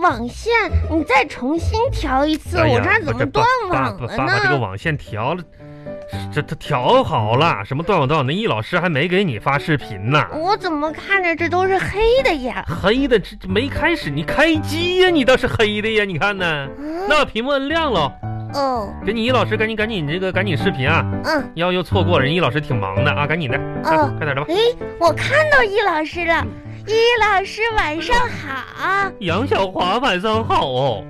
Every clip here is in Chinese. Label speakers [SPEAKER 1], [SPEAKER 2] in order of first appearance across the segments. [SPEAKER 1] 网线你再重新调一次，
[SPEAKER 2] 哎
[SPEAKER 1] 我
[SPEAKER 2] 呀
[SPEAKER 1] 这儿怎
[SPEAKER 2] 把
[SPEAKER 1] 么断
[SPEAKER 2] 把
[SPEAKER 1] 网
[SPEAKER 2] 把
[SPEAKER 1] 了
[SPEAKER 2] 把把这个
[SPEAKER 1] 呢？
[SPEAKER 2] 网线调了，这这调好了，什么断网断网的，易老师还没给你发视频呢。
[SPEAKER 1] 我怎么看着这都是黑的呀？
[SPEAKER 2] 黑的这这没开始，你开机呀、你倒是黑的呀，你看呢？
[SPEAKER 1] 嗯
[SPEAKER 2] 那屏幕摁亮了，
[SPEAKER 1] 哦，
[SPEAKER 2] 给你易老师赶紧赶紧这个赶紧视频啊，
[SPEAKER 1] 嗯
[SPEAKER 2] 要又错过了，人易老师挺忙的啊，赶紧的，啊
[SPEAKER 1] 哦，
[SPEAKER 2] 快点的吧。
[SPEAKER 1] 哎，我看到易老师了，易老师晚上好。
[SPEAKER 2] 杨小华晚上 好哦，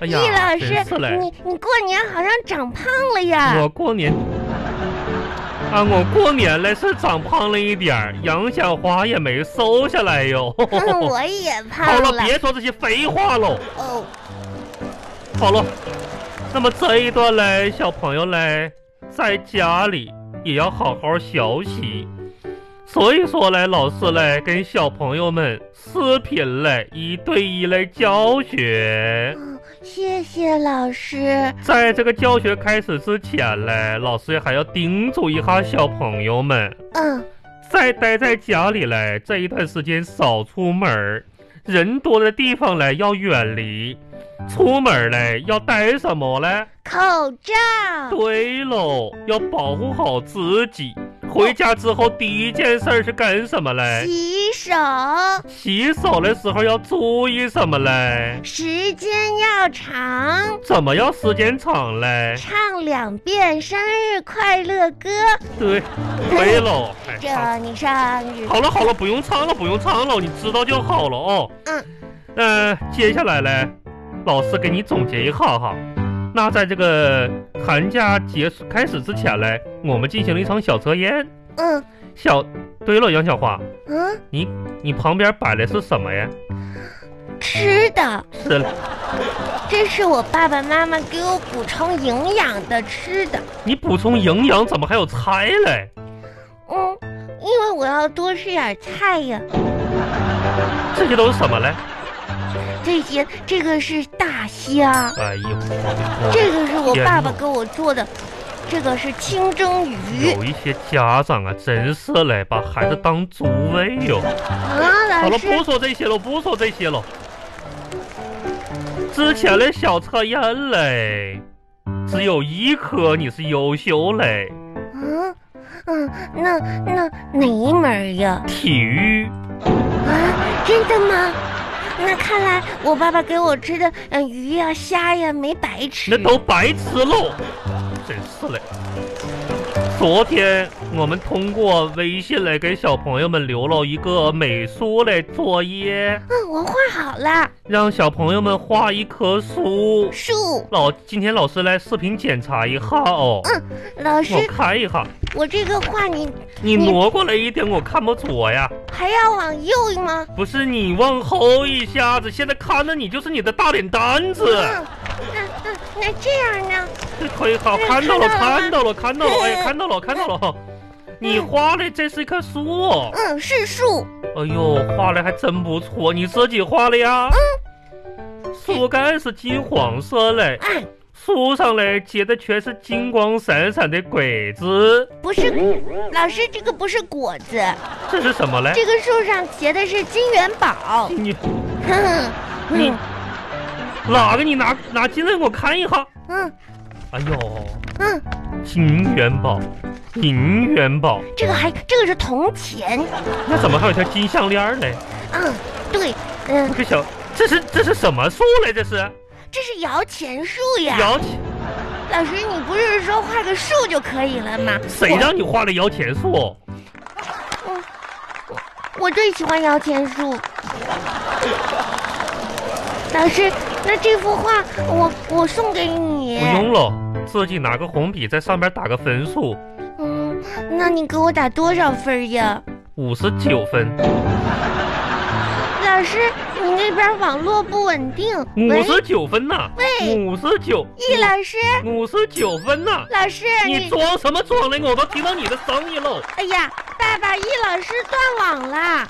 [SPEAKER 2] 哎
[SPEAKER 1] 易
[SPEAKER 2] 呀，
[SPEAKER 1] 老师
[SPEAKER 2] 真是，嘞，
[SPEAKER 1] 你你过年好像长胖了呀？
[SPEAKER 2] 我过年。啊，我过年了是长胖了一点儿，杨小华也没瘦下来哟。
[SPEAKER 1] 嗯，我也
[SPEAKER 2] 好
[SPEAKER 1] 胖
[SPEAKER 2] 了，
[SPEAKER 1] 了。
[SPEAKER 2] 别说这些废话喽。
[SPEAKER 1] 哦，
[SPEAKER 2] 好了，那么这一段嘞，小朋友嘞，在家里也要好好学习。所以说嘞，老师嘞跟小朋友们视频嘞一对一嘞教学。
[SPEAKER 1] 谢谢老师。
[SPEAKER 2] 在这个教学开始之前嘞，老师还要叮嘱一下小朋友们，
[SPEAKER 1] 嗯，
[SPEAKER 2] 再待在家里嘞这一段时间少出门儿，人多的地方嘞要远离。出门儿嘞要带什么嘞？
[SPEAKER 1] 口罩。
[SPEAKER 2] 对喽，要保护好自己。回家之后第一件事儿是干什么嘞？
[SPEAKER 1] 洗手，
[SPEAKER 2] 洗手的时候要注意什么嘞？
[SPEAKER 1] 时间要长，
[SPEAKER 2] 怎么要时间长 嘞？
[SPEAKER 1] 唱两遍生日快乐歌，
[SPEAKER 2] 对，对喽。哎
[SPEAKER 1] 祝
[SPEAKER 2] 好
[SPEAKER 1] 你生日。
[SPEAKER 2] 好了好了，不用唱了不用唱了，你知道就好了哦。
[SPEAKER 1] 嗯。
[SPEAKER 2] 呃，接下来嘞，老师给你总结一下哈。那在这个寒假结束开始之前嘞，我们进行了一场小测验。
[SPEAKER 1] 嗯
[SPEAKER 2] 小，对了，杨小花，
[SPEAKER 1] 嗯，
[SPEAKER 2] 你旁边摆的是什么呀？
[SPEAKER 1] 吃的，
[SPEAKER 2] 吃了，
[SPEAKER 1] 这是我爸爸妈妈给我补充营养的吃的。
[SPEAKER 2] 你补充营养，怎么还有菜嘞？
[SPEAKER 1] 嗯，因为我要多吃点菜呀。
[SPEAKER 2] 这些都是什么嘞？
[SPEAKER 1] 这些，这个是大虾，
[SPEAKER 2] 哎呦，
[SPEAKER 1] 这个是我
[SPEAKER 2] 天
[SPEAKER 1] 爸爸
[SPEAKER 2] 哪
[SPEAKER 1] 给我做的，这个是清蒸鱼
[SPEAKER 2] 有一些家长啊，真是嘞，把孩子当猪喂哟。
[SPEAKER 1] 啊。
[SPEAKER 2] 好
[SPEAKER 1] 老
[SPEAKER 2] 了，
[SPEAKER 1] 师，
[SPEAKER 2] 不说这些了，不说这些了。之前的小测验嘞，只有一科你是优秀嘞，
[SPEAKER 1] 嗯嗯，那那哪一门儿呀？
[SPEAKER 2] 体育。
[SPEAKER 1] 啊，真的吗？那看来我爸爸给我吃的，嗯，鱼呀、虾呀，没白吃。啊
[SPEAKER 2] 那都白吃喽，真是嘞。昨天我们通过微信来给小朋友们留了一个美术类作业，
[SPEAKER 1] 嗯，我画好了，
[SPEAKER 2] 让小朋友们画一棵树。
[SPEAKER 1] 树
[SPEAKER 2] 老，今天老师来视频检查一下哦，
[SPEAKER 1] 嗯老师
[SPEAKER 2] 我，看一下，
[SPEAKER 1] 我这个画你
[SPEAKER 2] 你
[SPEAKER 1] 你
[SPEAKER 2] 挪过来一点，我看不着呀。
[SPEAKER 1] 还要往右吗？
[SPEAKER 2] 不是你往后一下子，现在看着你就是你的大脸蛋子。
[SPEAKER 1] 嗯，那那那这样呢？
[SPEAKER 2] 可以，好，
[SPEAKER 1] 嗯
[SPEAKER 2] 看到了，
[SPEAKER 1] 看
[SPEAKER 2] 看到了，看到了，哎
[SPEAKER 1] 嗯
[SPEAKER 2] 呀，看到了，看到了哈。你画的这是一棵树，哦
[SPEAKER 1] 嗯，是树。
[SPEAKER 2] 哎呦，画的还真不错，你自己画的呀？树干是金黄色嘞，
[SPEAKER 1] 嗯哎，
[SPEAKER 2] 树上嘞结的全是金光闪闪的鬼子，
[SPEAKER 1] 不是，
[SPEAKER 2] 嗯
[SPEAKER 1] 老师，这个不是果子，
[SPEAKER 2] 这是什么嘞？
[SPEAKER 1] 这个树上结的是金元宝。
[SPEAKER 2] 你
[SPEAKER 1] 哼哼，
[SPEAKER 2] 你
[SPEAKER 1] 嗯
[SPEAKER 2] 哪个？你拿拿进来，我看一下。
[SPEAKER 1] 嗯
[SPEAKER 2] 哎呦，
[SPEAKER 1] 嗯，
[SPEAKER 2] 金元宝，银元宝，
[SPEAKER 1] 这个还这个是铜钱。
[SPEAKER 2] 那怎么还有条金项链嘞？
[SPEAKER 1] 嗯，对，嗯
[SPEAKER 2] 这，个小，这是这是什么树嘞？这是
[SPEAKER 1] 这是摇钱树呀。
[SPEAKER 2] 摇钱，
[SPEAKER 1] 老师，你不是说画个树就可以了吗？
[SPEAKER 2] 谁让你画的摇钱树？
[SPEAKER 1] 我？我最喜欢摇钱树。老师，那这幅画我我送给你
[SPEAKER 2] 不。用了，自己拿个红笔在上面打个分数，
[SPEAKER 1] 嗯，那你给我打多少分呀？
[SPEAKER 2] 五十九分，
[SPEAKER 1] 老师，你那边网络不稳定。
[SPEAKER 2] 五
[SPEAKER 1] 喂
[SPEAKER 2] 十九分呐、
[SPEAKER 1] 喂，
[SPEAKER 2] 五十九，
[SPEAKER 1] 易老师，
[SPEAKER 2] 五十九分呐、
[SPEAKER 1] 老师，
[SPEAKER 2] 你装什么装嘞？我都听到你的声音喽！
[SPEAKER 1] 哎呀，爸爸，易老师断网了。